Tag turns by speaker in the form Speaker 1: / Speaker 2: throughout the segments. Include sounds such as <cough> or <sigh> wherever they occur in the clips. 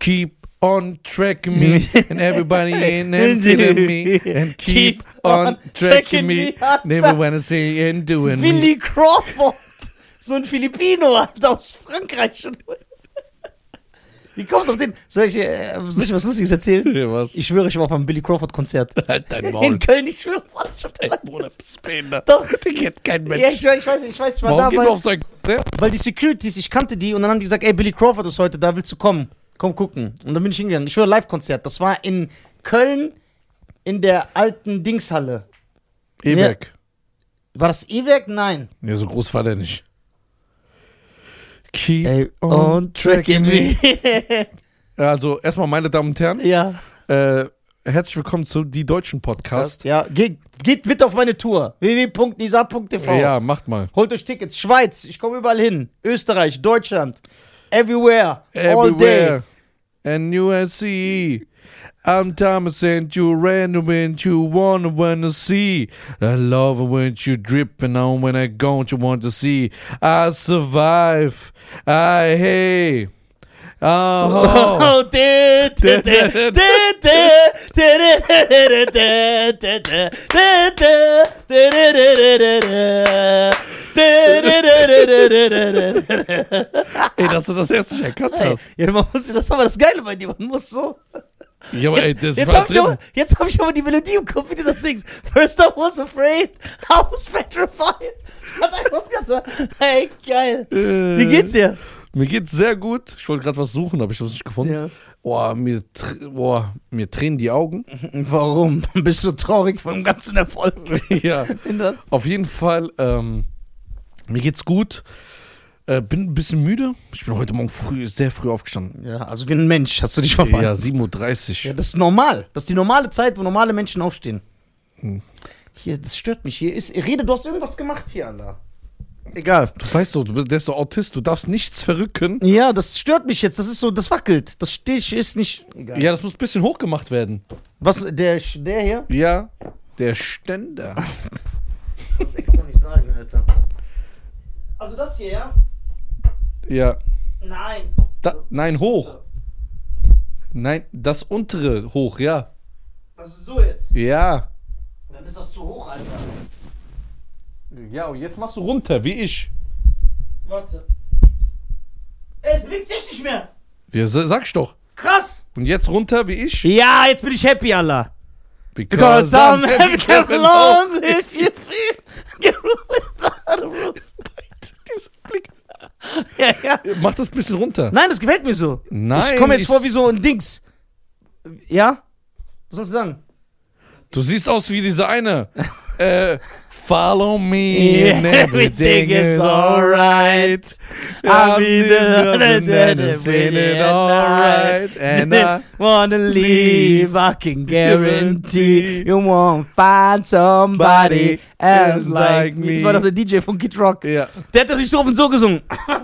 Speaker 1: Keep on tracking
Speaker 2: <laughs>
Speaker 1: me and everybody in and feeling me and keep,
Speaker 2: Keep
Speaker 1: on
Speaker 2: on
Speaker 1: tracking
Speaker 2: tracking
Speaker 1: me.
Speaker 2: me, Alter.
Speaker 1: Never wanna see and doing me.
Speaker 2: Willy Crawford. So ein Filipino Alter, aus Frankreich schon. Wie kommst du auf den? Soll ich, äh, soll ich was Lustiges erzählen?
Speaker 1: Ja, Was?
Speaker 2: Ich schwöre, ich war auf einem Billy Crawford-Konzert.
Speaker 1: Halt
Speaker 2: <laughs>
Speaker 1: dein Maul.
Speaker 2: In Köln, ich schwöre, was ich auf der
Speaker 1: Bruder, bist du behindert?
Speaker 2: Doch.
Speaker 1: Den kennt kein Mensch.
Speaker 2: Ja, ich, schwöre, ich weiß, ich weiß, ich war
Speaker 1: Warum geht
Speaker 2: da,
Speaker 1: man
Speaker 2: weil,
Speaker 1: auf sein Konzert?
Speaker 2: weil die Securities, ich kannte die und dann haben die gesagt, ey, Billy Crawford ist heute da, willst du kommen? Komm gucken. Und dann bin ich hingegangen. Ich schwöre, Live-Konzert. Das war in Köln in der alten Dingshalle.
Speaker 1: E-Werk.
Speaker 2: War das E-Werk? Nein.
Speaker 1: Ja, so groß war der nicht. Keep Also, erstmal, meine Damen und Herren,
Speaker 2: <laughs> ja.
Speaker 1: äh, herzlich willkommen zu Die Deutschen Podcast.
Speaker 2: Ja, geht, geht mit auf meine Tour. www.nisa.tv.
Speaker 1: Ja, macht mal.
Speaker 2: Holt euch Tickets. Schweiz, ich komme überall hin. Österreich, Deutschland. Everywhere. All day.
Speaker 1: Everywhere. And USC. I'm Thomas and you random when you wanna wanna see. I love it when you dripping on when I go you want to see. I survive. I hey.
Speaker 2: <laughs>
Speaker 1: Oh.
Speaker 2: Oh,
Speaker 1: <laughs>
Speaker 2: de- de- de- de- de- de- de- de- de- de- de- de- de- de- de- de- de- de- de- de- de- de- de- de- de- de- de- de-
Speaker 1: Ey, dass du oh. das erst nicht erkannt
Speaker 2: Ey,
Speaker 1: hast.
Speaker 2: ja, man muss, das ist aber das Geile bei dir, man muss so.
Speaker 1: Ja, aber ey, das
Speaker 2: Jetzt
Speaker 1: war
Speaker 2: hab, ich
Speaker 1: drin.
Speaker 2: aber, jetzt hab ich aber die Melodie im Kopf, wie du das singst. First I was afraid, I was petrified. Hat ein was gesagt. Hey, geil. Wie geht's dir?
Speaker 1: Äh, Mir geht's sehr gut. Ich wollte gerade was suchen, aber ich habe es nicht gefunden.
Speaker 2: Ja.
Speaker 1: Boah, mir, tr- boah, mir tränen die Augen.
Speaker 2: Warum? Bist du traurig vom ganzen Erfolg?
Speaker 1: <laughs> ja.
Speaker 2: In das?
Speaker 1: Auf jeden Fall, ähm, mir geht's gut. Äh, bin ein bisschen müde. Ich bin heute Morgen früh, sehr früh aufgestanden.
Speaker 2: Ja, also wie ein Mensch, hast du dich verfallen.
Speaker 1: Ja,
Speaker 2: Ja.
Speaker 1: 7.30 Uhr.
Speaker 2: das ist normal. Das ist die normale Zeit, wo normale Menschen aufstehen.
Speaker 1: Hm.
Speaker 2: Hier, das stört mich. Hier ist. Rede, du hast irgendwas gemacht hier, Alter. Egal.
Speaker 1: Du weißt doch, du bist, der ist doch Autist, du darfst nichts verrücken.
Speaker 2: Ja, das stört mich jetzt. Das ist so, das wackelt. Das steht, ist nicht. Egal.
Speaker 1: Ja, das muss ein bisschen hochgemacht werden.
Speaker 2: Was, der, der hier?
Speaker 1: Ja. Der Ständer.
Speaker 2: kann's extra nicht sagen, Alter. Also das hier, ja?
Speaker 1: Ja.
Speaker 2: Nein.
Speaker 1: Da, nein, hoch. Nein, das untere hoch, ja.
Speaker 2: Also so jetzt.
Speaker 1: Ja.
Speaker 2: Dann ist das zu hoch, Alter.
Speaker 1: Ja, und jetzt machst du runter, wie ich.
Speaker 2: Warte. Ey, es blinkt sich nicht mehr.
Speaker 1: Ja, sa- sag ich doch.
Speaker 2: Krass.
Speaker 1: Und jetzt runter, wie ich.
Speaker 2: Ja, jetzt bin ich happy, Allah. Because
Speaker 1: <laughs>
Speaker 2: I'm happy, <laughs> get along if you feel. <laughs> Get along.
Speaker 1: Dieser Blick.
Speaker 2: ja, ja.
Speaker 1: Mach das ein bisschen runter.
Speaker 2: Nein, das gefällt mir so.
Speaker 1: Nein,
Speaker 2: Ich komme jetzt
Speaker 1: ich-
Speaker 2: vor wie so ein Dings. Ja? Was sollst du sagen?
Speaker 1: Du siehst aus wie dieser eine. äh, follow me and everything
Speaker 2: <laughs> Everything
Speaker 1: is
Speaker 2: is
Speaker 1: alright.
Speaker 2: alright.
Speaker 1: I'll be the and it's in it alright. And I
Speaker 2: wanna leave, I can guarantee you won't find somebody else like me. Das war doch der DJ von Kid Rock.
Speaker 1: ja.
Speaker 2: Der hat das nicht so und so gesungen. <laughs>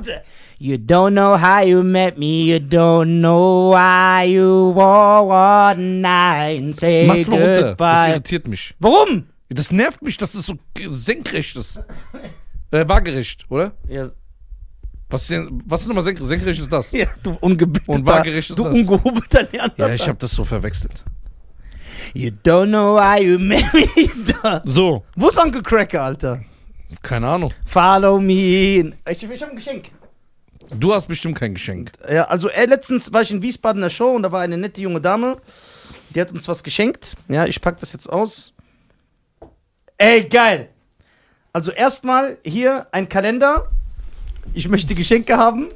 Speaker 2: You don't know how you met me, you don't know why you were one night. Say
Speaker 1: Mach's mal runter. Das
Speaker 2: goodbye.
Speaker 1: irritiert mich.
Speaker 2: Warum?
Speaker 1: Das nervt mich, dass es so senkrecht ist. Äh, waagerecht, oder?
Speaker 2: Ja,
Speaker 1: Was ist, denn, was ist nochmal senkrecht? Senkrecht ist das.
Speaker 2: du ungebildeter,
Speaker 1: Und waagerecht ist
Speaker 2: du
Speaker 1: das.
Speaker 2: ungehobelter Neandertaler.
Speaker 1: Ja,
Speaker 2: <laughs>
Speaker 1: ich habe das so verwechselt.
Speaker 2: You don't know why you met me. <laughs> Da.
Speaker 1: So,
Speaker 2: Wo ist Uncle Cracker, Alter?
Speaker 1: keine Ahnung.
Speaker 2: Follow me. Ich, ich hab ein Geschenk.
Speaker 1: Du hast bestimmt kein Geschenk.
Speaker 2: Ja, also äh, letztens war ich in Wiesbaden in der Show und da war eine nette junge Dame. Die hat uns was geschenkt. Ja, ich pack das jetzt aus. Ey, geil. Also erstmal hier ein Kalender. Ich möchte Geschenke haben.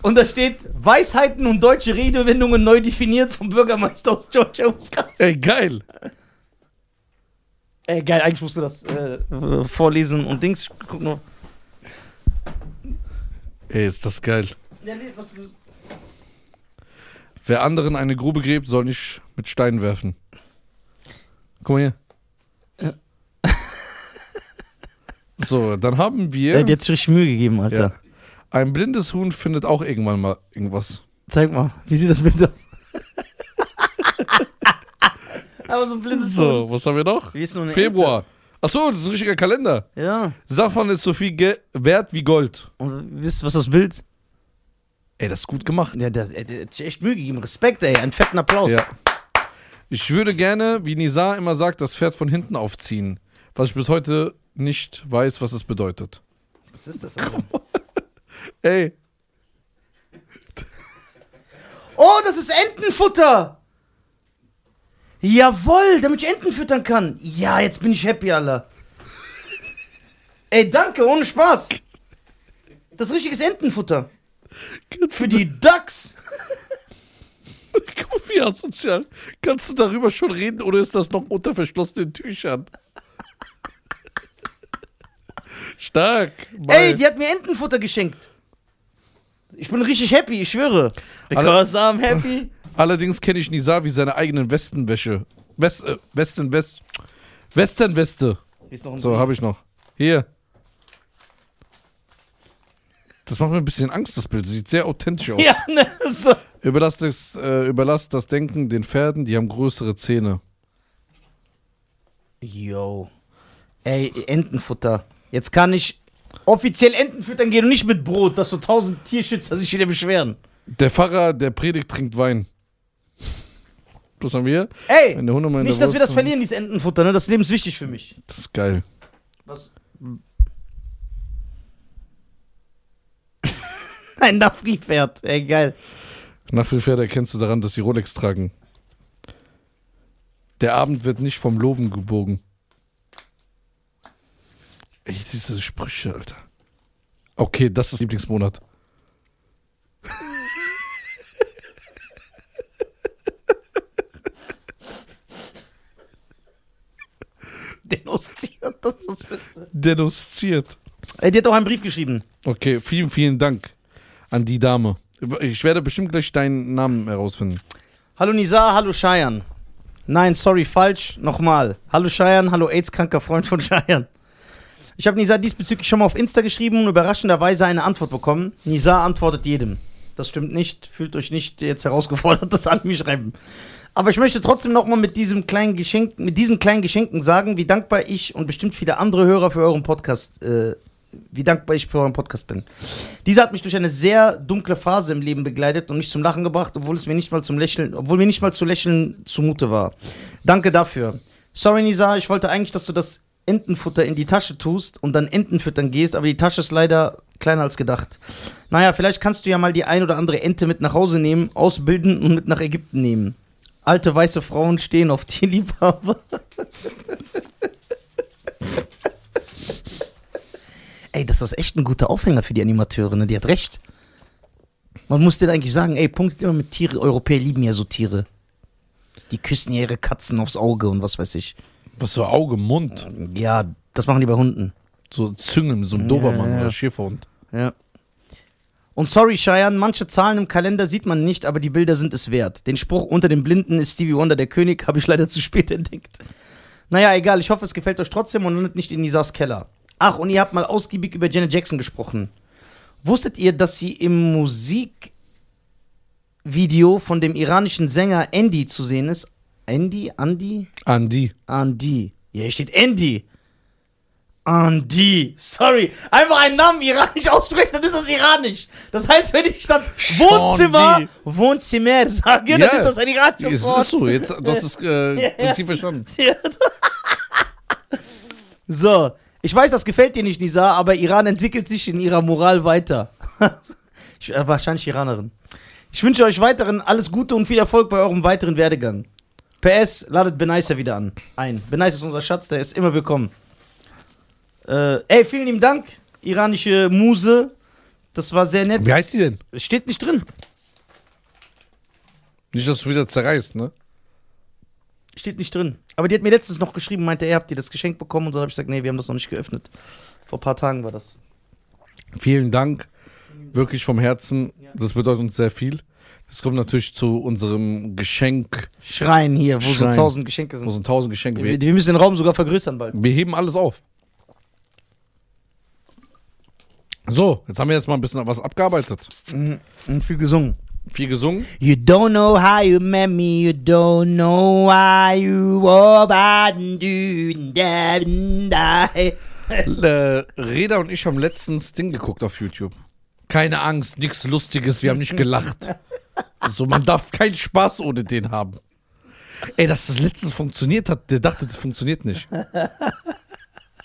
Speaker 2: Und da steht Weisheiten und deutsche Redewendungen neu definiert vom Bürgermeister aus Georgia, Wisconsin.
Speaker 1: Ey, geil.
Speaker 2: Ey, geil, eigentlich musst du das äh, äh, vorlesen und Dings. Ich guck nur.
Speaker 1: Ey, ist das geil.
Speaker 2: Ja, nee, was, was-
Speaker 1: Wer anderen eine Grube gräbt, soll nicht mit Steinen werfen. Guck mal hier. So, dann haben wir.
Speaker 2: Ey, die hat sich richtig Mühe gegeben, Alter.
Speaker 1: ja. Ein blindes Huhn findet auch irgendwann mal irgendwas.
Speaker 2: Zeig mal, wie sieht das Bild aus? <laughs> Aber so ein blindes
Speaker 1: So, was haben wir noch?
Speaker 2: Wie ist nur eine
Speaker 1: Februar. Achso, das ist ein richtiger Kalender.
Speaker 2: Ente. Ja.
Speaker 1: Saffron ist so viel Ge wert wie Gold.
Speaker 2: Und wisst ihr, was das Bild?
Speaker 1: Ey, das ist gut gemacht.
Speaker 2: Ja, das, äh, das hat sich echt Mühe gegeben. Respekt, ey. Einen fetten Applaus.
Speaker 1: Ja. Ich würde gerne, wie Nizar immer sagt, das Pferd von hinten aufziehen. Was ich bis heute nicht weiß, was es bedeutet.
Speaker 2: Was ist das? Alter?
Speaker 1: Ey,
Speaker 2: Oh, das ist Entenfutter! Jawoll, damit ich Enten füttern kann. Ja, jetzt bin ich happy, Alter. Ey, danke, ohne Spaß. Das ist richtiges Entenfutter. Für die Ducks.
Speaker 1: <laughs> guck, wie asozial. Kannst du darüber schon reden oder ist das noch unter verschlossenen Tüchern? <laughs> Stark. Mai.
Speaker 2: Ey, die hat mir Entenfutter geschenkt. Ich bin richtig happy, ich schwöre. Because I'm happy.
Speaker 1: Allerdings kenne ich Nizar wie seine eigenen Westenwäsche. West, äh, Westen, West, Westernweste.
Speaker 2: Hier <laughs> ist noch ein
Speaker 1: So, habe ich noch. Hier. Das macht mir ein bisschen Angst, das Bild. Sieht sehr authentisch aus.
Speaker 2: Ja, ne, so.
Speaker 1: Überlass das, äh, überlass das Denken den Pferden, die haben größere Zähne.
Speaker 2: Yo. Ey, Entenfutter. Jetzt kann ich offiziell Enten füttern gehen und nicht mit Brot, dass so tausend Tierschützer sich wieder beschweren.
Speaker 1: Der Pfarrer, der predigt, trinkt Wein. Plus haben wir.
Speaker 2: Ey,
Speaker 1: Wenn der Hunde mal in
Speaker 2: nicht,
Speaker 1: der
Speaker 2: dass wir
Speaker 1: Wurst
Speaker 2: das verlieren, dieses Entenfutter, ne? Das Leben ist wichtig für mich. <laughs>
Speaker 1: Das ist geil.
Speaker 2: Was? Ein Nafri-Pferd. Ey, geil.
Speaker 1: Nach wie Pferde erkennst du daran, dass sie Rolex tragen. Der Abend wird nicht vom Loben gebogen. Ey, diese Sprüche, Alter. Okay, das ist Lieblingsmonat.
Speaker 2: Den Ostzieher, das ist das Beste.
Speaker 1: Denunziert.
Speaker 2: Ey, die hat auch einen Brief geschrieben.
Speaker 1: Okay, vielen, vielen Dank an die Dame. Ich werde bestimmt gleich deinen Namen herausfinden.
Speaker 2: Hallo Nizar, hallo Scheiern. Nein, sorry, falsch. Nochmal. Hallo Scheiern, hallo AIDS-kranker Freund von Scheiern. Ich habe Nizar diesbezüglich schon mal auf Insta geschrieben und überraschenderweise eine Antwort bekommen. Nizar antwortet jedem. Das stimmt nicht. Fühlt euch nicht jetzt herausgefordert, <laughs> das an mich schreiben. Aber ich möchte trotzdem nochmal mit diesem kleinen Geschenk, mit diesen kleinen Geschenken sagen, wie dankbar ich und bestimmt viele andere Hörer für euren Podcast, äh, wie dankbar ich für euren Podcast bin. Dieser hat mich durch eine sehr dunkle Phase im Leben begleitet und mich zum Lachen gebracht, obwohl es mir nicht mal zum Lächeln, obwohl mir nicht mal zu lächeln zumute war. Danke dafür. Sorry, Nisa, ich wollte eigentlich, dass du das Entenfutter in die Tasche tust und dann Enten füttern gehst, aber die Tasche ist leider kleiner als gedacht. Naja, vielleicht kannst du ja mal die ein oder andere Ente mit nach Hause nehmen, ausbilden und mit nach Ägypten nehmen. Alte weiße Frauen stehen auf <laughs> Tierliebhaber. Ey, das ist echt ein guter Aufhänger für die Animateure, ne? Die hat recht. Man muss denen eigentlich sagen, ey, Punkt immer mit Tiere. Europäer lieben ja so Tiere. Die küssen ja ihre Katzen aufs Auge und was weiß ich.
Speaker 1: Was für Auge, Mund.
Speaker 2: Ja, das machen die bei Hunden.
Speaker 1: So Züngeln, so ein Dobermann
Speaker 2: ja.
Speaker 1: oder Schäferhund.
Speaker 2: Ja. Und sorry, Cheyenne, manche Zahlen im Kalender sieht man nicht, aber die Bilder sind es wert. Den Spruch unter den Blinden ist Stevie Wonder der König, habe ich leider zu spät <laughs> entdeckt. Naja, egal, ich hoffe, es gefällt euch trotzdem und landet nicht in Nisas Keller. Ach, und ihr habt mal ausgiebig über Janet Jackson gesprochen. Wusstet ihr, dass sie im Musikvideo von dem iranischen Sänger Andy zu sehen ist? Andy? Andy?
Speaker 1: Andi.
Speaker 2: Andy. Ja, hier steht Andy. Andy. Sorry. Einfach einen Namen iranisch aussprechen, dann ist das iranisch. Das heißt, wenn ich statt Wohnzimmer
Speaker 1: Shondi.
Speaker 2: Wohnzimmer sage, dann
Speaker 1: Ja.
Speaker 2: ist das ein iranisches
Speaker 1: Es
Speaker 2: Wort.
Speaker 1: ist so, jetzt, du hast das äh,
Speaker 2: <laughs> Ja, ja.
Speaker 1: Prinzip verstanden.
Speaker 2: Ja. <laughs> so. Ich weiß, das gefällt dir nicht, Nisa, aber Iran entwickelt sich in ihrer Moral weiter. <laughs> ich, äh, wahrscheinlich Iranerin. Ich wünsche euch weiteren alles Gute und viel Erfolg bei eurem weiteren Werdegang. PS, ladet Benicer wieder an. Ein. Benicer ist unser Schatz, der ist immer willkommen. Äh, ey, vielen lieben Dank, iranische Muse. Das war sehr nett.
Speaker 1: Wie heißt die denn?
Speaker 2: Es Steht nicht drin.
Speaker 1: Nicht, dass du wieder zerreißt, ne?
Speaker 2: Steht nicht drin. Aber die hat mir letztens noch geschrieben, meinte, ey, habt ihr das Geschenk bekommen? Und so habe ich gesagt, nee, wir haben das noch nicht geöffnet. Vor ein paar Tagen war das.
Speaker 1: Vielen Dank. Wirklich vom Herzen. Das bedeutet uns sehr viel. Das kommt natürlich zu unserem Geschenk,
Speaker 2: Schreien hier, wo
Speaker 1: Schreien.
Speaker 2: so tausend Geschenke
Speaker 1: wo
Speaker 2: sind.
Speaker 1: so 1000 Geschenke
Speaker 2: Wir,
Speaker 1: wir,
Speaker 2: wir müssen den Raum sogar vergrößern bald.
Speaker 1: wir heben alles auf. So, jetzt haben wir jetzt mal ein bisschen was abgearbeitet.
Speaker 2: Und viel gesungen.
Speaker 1: Viel
Speaker 2: <laughs>
Speaker 1: gesungen.
Speaker 2: You don't know how you met me, you don't know why you were bad dude, da, da.
Speaker 1: L- Äh, Reda und ich haben letztens Ding geguckt auf YouTube. Keine Angst, nichts Lustiges, wir haben nicht gelacht. So, man darf keinen Spaß ohne den haben. Ey, dass das letztens funktioniert hat, der dachte, das funktioniert nicht.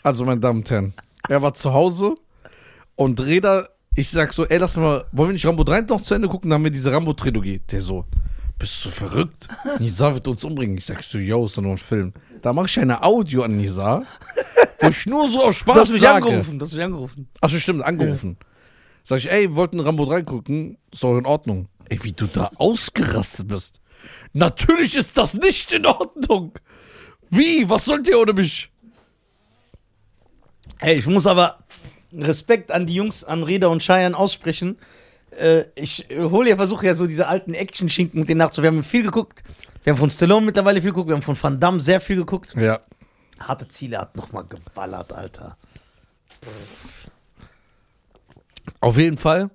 Speaker 1: Also, meine Damen und Herren, er war zu Hause und Reda, ich sag so, ey, lass mal, wollen wir nicht Rambo 3 noch zu Ende gucken? Dann haben wir diese Rambo-Trilogie. Der so, bist du verrückt? Nisa wird uns umbringen. Ich sag so, yo, ist doch nur ein Film. Da mache ich eine Audio an Nisa, wo ich nur so aus Spaß
Speaker 2: Du hast mich
Speaker 1: sage.
Speaker 2: angerufen, du hast mich angerufen.
Speaker 1: Achso, stimmt, angerufen. Sag ich, ey, wir wollten Rambo 3 gucken, ist doch in Ordnung. Ey, wie du da ausgerastet bist. Natürlich ist das nicht in Ordnung. Wie? Was sollt ihr ohne mich?
Speaker 2: Ey, ich muss aber Respekt an die Jungs, an Reda und Cheyenne aussprechen. Äh, ich äh, hole ja, versuche ja so diese alten Action-Schinken mit denen nachzu. Wir haben viel geguckt. Wir haben von Stallone mittlerweile viel geguckt. Wir haben von Van Damme sehr viel geguckt.
Speaker 1: Ja.
Speaker 2: Harte Ziele hat nochmal geballert, Alter.
Speaker 1: Auf jeden Fall.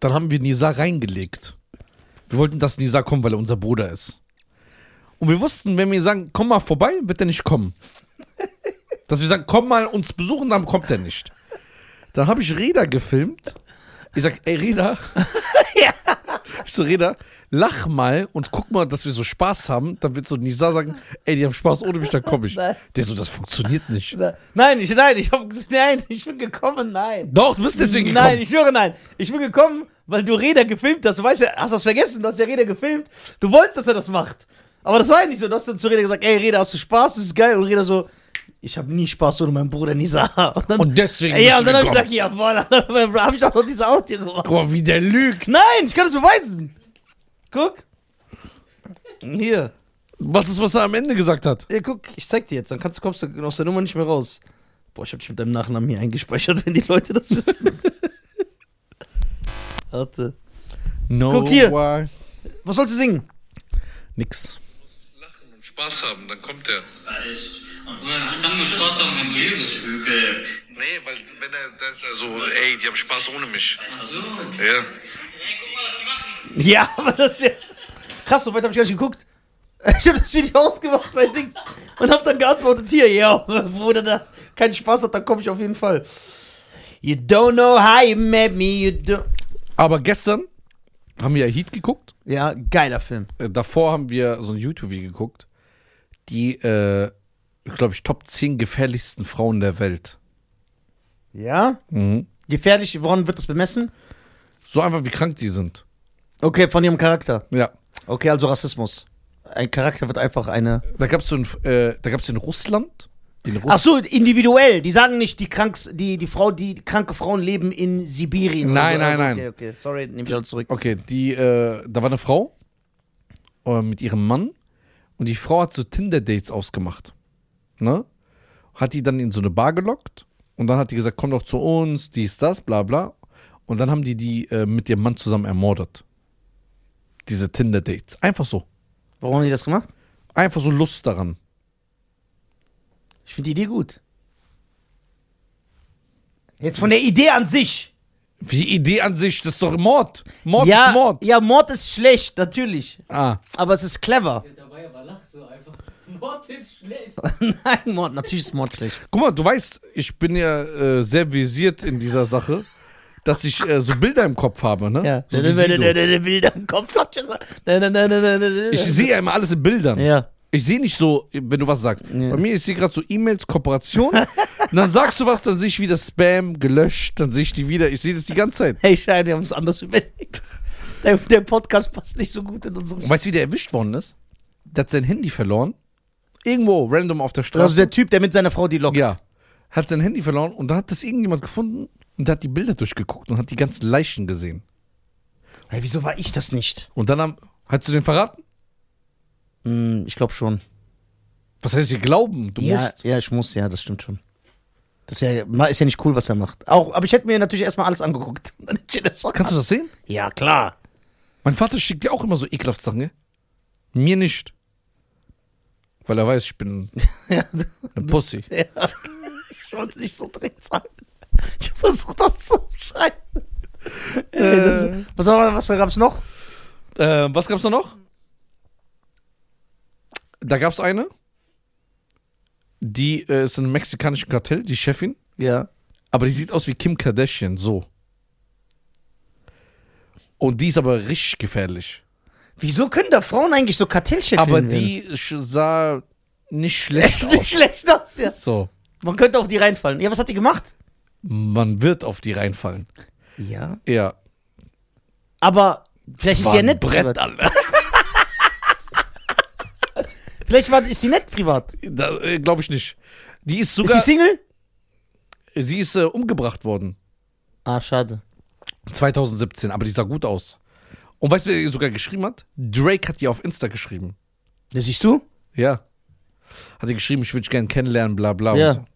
Speaker 1: Dann haben wir Nisa reingelegt. Wir wollten, dass Nisa kommt, weil er unser Bruder ist. Und wir wussten, wenn wir sagen, komm mal vorbei, wird er nicht
Speaker 2: <laughs>
Speaker 1: kommen. Dass wir sagen, komm mal uns besuchen, dann kommt er nicht. Dann habe ich Reda gefilmt. Ich sag, ey
Speaker 2: <laughs>
Speaker 1: Reda. Ich so, Reda, lach mal und guck mal, dass wir so Spaß haben. Dann wird so Nisa sagen, ey, die haben Spaß ohne mich, dann komme ich.
Speaker 2: Nein.
Speaker 1: Der so, das funktioniert nicht.
Speaker 2: Nein, ich, nein, ich hab, <laughs> nein, ich bin gekommen, nein.
Speaker 1: Doch, du bist deswegen gekommen.
Speaker 2: Nein, ich höre nein. Ich bin gekommen, weil du Reda gefilmt hast. Du weißt ja, hast das vergessen, du hast ja Reda gefilmt. Du wolltest, dass er das macht. Aber das war ja nicht so. Du hast dann zu Reda gesagt, ey Reda, hast du Spaß? Das ist geil. Und Reda so, ich habe nie Spaß ohne meinen Bruder Nisa. <laughs> Und dann,
Speaker 1: Und deswegen
Speaker 2: ja, und
Speaker 1: bist du
Speaker 2: dann habe ich
Speaker 1: gekommen.
Speaker 2: gesagt, jawohl, <laughs> habe ich auch noch diese Audio gemacht.
Speaker 1: Guck mal, wie der lügt.
Speaker 2: Nein, ich kann das beweisen. Guck. Hier.
Speaker 1: Was ist, was er am Ende gesagt hat?
Speaker 2: Ja, guck, ich zeig dir jetzt, dann kannst, du- kommst du aus der Nummer nicht mehr raus. Boah, ich hab dich mit deinem Nachnamen hier eingespeichert, <laughs> wenn die Leute das wissen. Warte.
Speaker 1: No
Speaker 2: Guck hier.
Speaker 1: why.
Speaker 2: Was sollst du singen?
Speaker 1: Nix.
Speaker 3: lachen und Spaß haben, dann kommt er.
Speaker 4: weißt. Und ich kann um nur Spaß haben, wenn du lebst. Hügel.
Speaker 3: Nee, weil wenn er dann ist er so, ey, die haben Spaß ohne mich.
Speaker 4: Also,
Speaker 3: Ja.
Speaker 4: Ey, guck mal, was die machen.
Speaker 2: Ja, <laughs> aber das ist ja. Krass, so weit hab ich gar nicht geguckt. <laughs> Ich hab das Video ausgemacht bei Dings und hab dann geantwortet: Hier, ja, <laughs> Bruder, da keinen Spaß hat, dann komm ich auf jeden Fall. You don't know how you met me, you don't.
Speaker 1: Aber gestern haben wir ja Heat geguckt.
Speaker 2: Ja, geiler Film.
Speaker 1: Äh, Davor haben wir so ein YouTube-Video geguckt. Die, äh, glaube ich, Top 10 gefährlichsten Frauen der Welt.
Speaker 2: Ja? Gefährlich, woran wird das bemessen?
Speaker 1: So einfach, wie krank die sind.
Speaker 2: Okay, von ihrem Charakter.
Speaker 1: Ja.
Speaker 2: Okay, also Rassismus. Ein Charakter wird einfach eine.
Speaker 1: Da gab es so ein, äh, da gab's in Russland. In Russ
Speaker 2: Ach so, individuell. Die sagen nicht, die kranks, die, die Frau, die kranke Frauen leben in Sibirien.
Speaker 1: Nein,
Speaker 2: oder so. Also,
Speaker 1: nein, nein.
Speaker 2: Okay, okay. Sorry, nehme ich alles zurück.
Speaker 1: Okay, die, äh, da war eine Frau äh, mit ihrem Mann und die Frau hat so Tinder-Dates ausgemacht. Ne? Hat die dann in so eine Bar gelockt und dann hat die gesagt, komm doch zu uns, dies, das, bla bla. Und dann haben die die äh, mit ihrem Mann zusammen ermordet. Diese Tinder-Dates. Einfach so.
Speaker 2: Warum haben die das gemacht?
Speaker 1: Einfach so Lust daran.
Speaker 2: Ich finde die Idee gut. Jetzt von der Idee an sich.
Speaker 1: Die Idee an sich, das ist doch Mord. Mord
Speaker 2: ja,
Speaker 1: ist Mord.
Speaker 2: ja, Mord ist schlecht, natürlich.
Speaker 1: Ah,
Speaker 2: Aber es ist clever.
Speaker 4: Dabei aber lacht so einfach. <laughs> Mord ist schlecht.
Speaker 2: <laughs> nein, Mord, natürlich ist Mord schlecht.
Speaker 1: guck mal, du weißt, ich bin ja äh, sehr visiert in dieser Sache, dass ich äh, so Bilder im Kopf habe, ne?
Speaker 2: Ja.
Speaker 1: So wie
Speaker 2: <laughs>
Speaker 1: Sido.
Speaker 2: Bilder im Kopf. hab ich gesagt.
Speaker 1: Ich sehe ja immer alles in Bildern.
Speaker 2: Ja.
Speaker 1: Ich sehe nicht so, wenn du was sagst. Bei mir ist hier gerade so E-Mails, Kooperation. <laughs> und dann sagst du was, dann sehe ich wieder Spam, gelöscht, dann sehe ich die wieder. Ich sehe das die ganze Zeit.
Speaker 2: Hey, Schein, wir haben es anders überlegt. Der, der Podcast passt nicht so gut in unseren.
Speaker 1: Und weißt du, wie der erwischt worden ist? Der hat sein Handy verloren. Irgendwo, random auf der
Speaker 2: Also
Speaker 1: Straße.
Speaker 2: der Typ, der mit seiner Frau die lockt.
Speaker 1: ja. Hat sein Handy verloren und da hat das irgendjemand gefunden und der hat die Bilder durchgeguckt und hat die ganzen Leichen gesehen.
Speaker 2: Hey, wieso war ich das nicht?
Speaker 1: Und dann haben. Hast du den verraten?
Speaker 2: Hm, ich glaube schon.
Speaker 1: Was heißt hier glauben? Du
Speaker 2: Ja,
Speaker 1: musst.
Speaker 2: ja, ich muss, ja, das stimmt schon. Das ist ja, ist ja nicht cool, was er macht. Auch, aber ich hätte mir natürlich erstmal alles angeguckt. <laughs> Dann hätte ich das
Speaker 1: Kannst du das sehen?
Speaker 2: ja, klar.
Speaker 1: Mein Vater schickt dir auch immer so ekelhaft Sachen, gell? Mir nicht. Weil er weiß, ich bin
Speaker 2: <laughs> Ja,
Speaker 1: eine Pussy.
Speaker 2: ich wollte es nicht so drin sagen. Ich versuche das zu beschreiben. Ey, das, was war- was gab es noch?
Speaker 1: Äh, was gab's da noch? Da gab's eine, die äh, ist in einem mexikanischen Kartell, die Chefin.
Speaker 2: Ja.
Speaker 1: Aber die sieht aus wie Kim Kardashian, so. Und die ist aber richtig gefährlich.
Speaker 2: Wieso können da Frauen eigentlich so Kartellchefin
Speaker 1: Aber
Speaker 2: <laughs> werden?
Speaker 1: die sch- sah nicht schlecht
Speaker 2: Echt <laughs> nicht
Speaker 1: aus.
Speaker 2: schlecht aus, ja.
Speaker 1: So,
Speaker 2: Man könnte auf die reinfallen. Ja, was hat die gemacht?
Speaker 1: man wird auf die reinfallen.
Speaker 2: Ja.
Speaker 1: Ja.
Speaker 2: Aber vielleicht ist
Speaker 1: War
Speaker 2: sie ja
Speaker 1: ein
Speaker 2: nett
Speaker 1: Brett,
Speaker 2: privat.
Speaker 1: Alter.
Speaker 2: Vielleicht war, ist sie nett privat.
Speaker 1: Da, äh, Glaube ich nicht. Die ist
Speaker 2: Ist
Speaker 1: sogar.
Speaker 2: sie Single?
Speaker 1: sie ist äh, umgebracht worden.
Speaker 2: Ah, schade.
Speaker 1: 2017, aber die sah gut aus. Und weißt du, wer ihr sogar geschrieben hat? Drake hat ihr auf Insta geschrieben.
Speaker 2: Ja, siehst du?
Speaker 1: Ja. Hat ihr geschrieben, ich würde dich gerne kennenlernen, bla bla.
Speaker 2: Ja.
Speaker 1: Und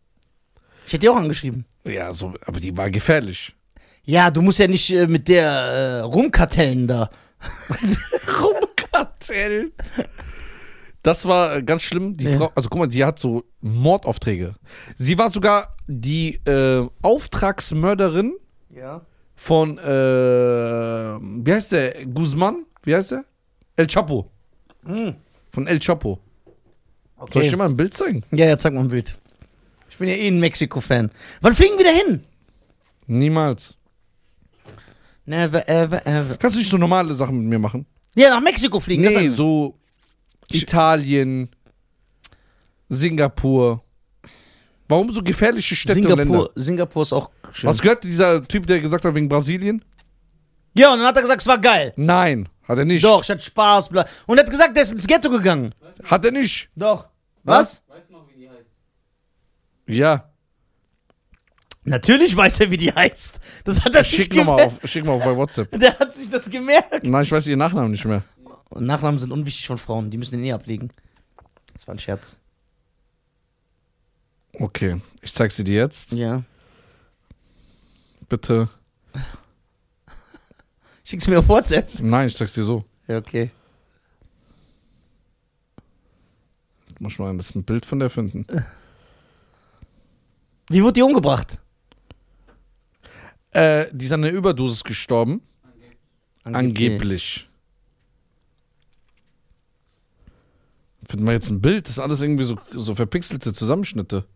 Speaker 2: Ich hätte die auch angeschrieben.
Speaker 1: so. ja so, aber die war gefährlich.
Speaker 2: <laughs> Ja, du musst ja nicht äh, mit der äh, rumkartellen da.
Speaker 1: Rumkartell. Das war äh, ganz schlimm. Die
Speaker 2: Ja.
Speaker 1: Frau, also guck mal, die hat so Mordaufträge. Sie war sogar die äh, Auftragsmörderin
Speaker 2: Ja.
Speaker 1: von, äh, wie heißt der? Guzman? Wie heißt der? El Chapo.
Speaker 2: Hm.
Speaker 1: Von El Chapo.
Speaker 2: Okay.
Speaker 1: Soll ich dir mal ein Bild zeigen?
Speaker 2: Ja, ja, zeig mal ein Bild. Ich bin ja eh ein Mexiko-Fan. Wann fliegen wir da hin?
Speaker 1: Niemals.
Speaker 2: Never, ever, ever.
Speaker 1: Kannst du nicht so normale Sachen mit mir machen?
Speaker 2: Ja, nach Mexiko fliegen. das
Speaker 1: Nee,
Speaker 2: ist-
Speaker 1: so
Speaker 2: Sch-
Speaker 1: Italien, Singapur. Warum so gefährliche Städte und Länder?
Speaker 2: Singapur, Singapur ist auch schön.
Speaker 1: Was gehört dieser Typ, der gesagt hat wegen Brasilien?
Speaker 2: Ja, und dann hat er gesagt, es war geil.
Speaker 1: Nein, hat er nicht.
Speaker 2: Doch, ich hatte Spaß. Bla. Und er hat gesagt, der ist ins Ghetto gegangen.
Speaker 1: Hat er nicht.
Speaker 2: Doch. Was?
Speaker 4: Weißt du noch, wie die heißt?
Speaker 1: Ja.
Speaker 2: Natürlich weiß er, wie die heißt. Das hat er sich
Speaker 1: Schick nochmal
Speaker 2: <laughs> gemerkt.
Speaker 1: auf, schick mal auf bei WhatsApp.
Speaker 2: Der hat sich das gemerkt.
Speaker 1: Nein, ich weiß ihren Nachnamen nicht mehr.
Speaker 2: Nachnamen sind unwichtig von Frauen. Die müssen den eh ablegen. Das war ein Scherz.
Speaker 1: Okay, ich zeig sie dir jetzt.
Speaker 2: Ja.
Speaker 1: Bitte.
Speaker 2: Schick's mir auf WhatsApp.
Speaker 1: Nein, ich zeig's dir so.
Speaker 2: Ja, okay.
Speaker 1: Muss ich mal ein bisschen ein Bild von der finden.
Speaker 2: Wie wurde die umgebracht?
Speaker 1: Äh, die ist an einer Überdosis gestorben. Angeblich. Finden wir jetzt ein Bild, das ist alles irgendwie so, so verpixelte Zusammenschnitte.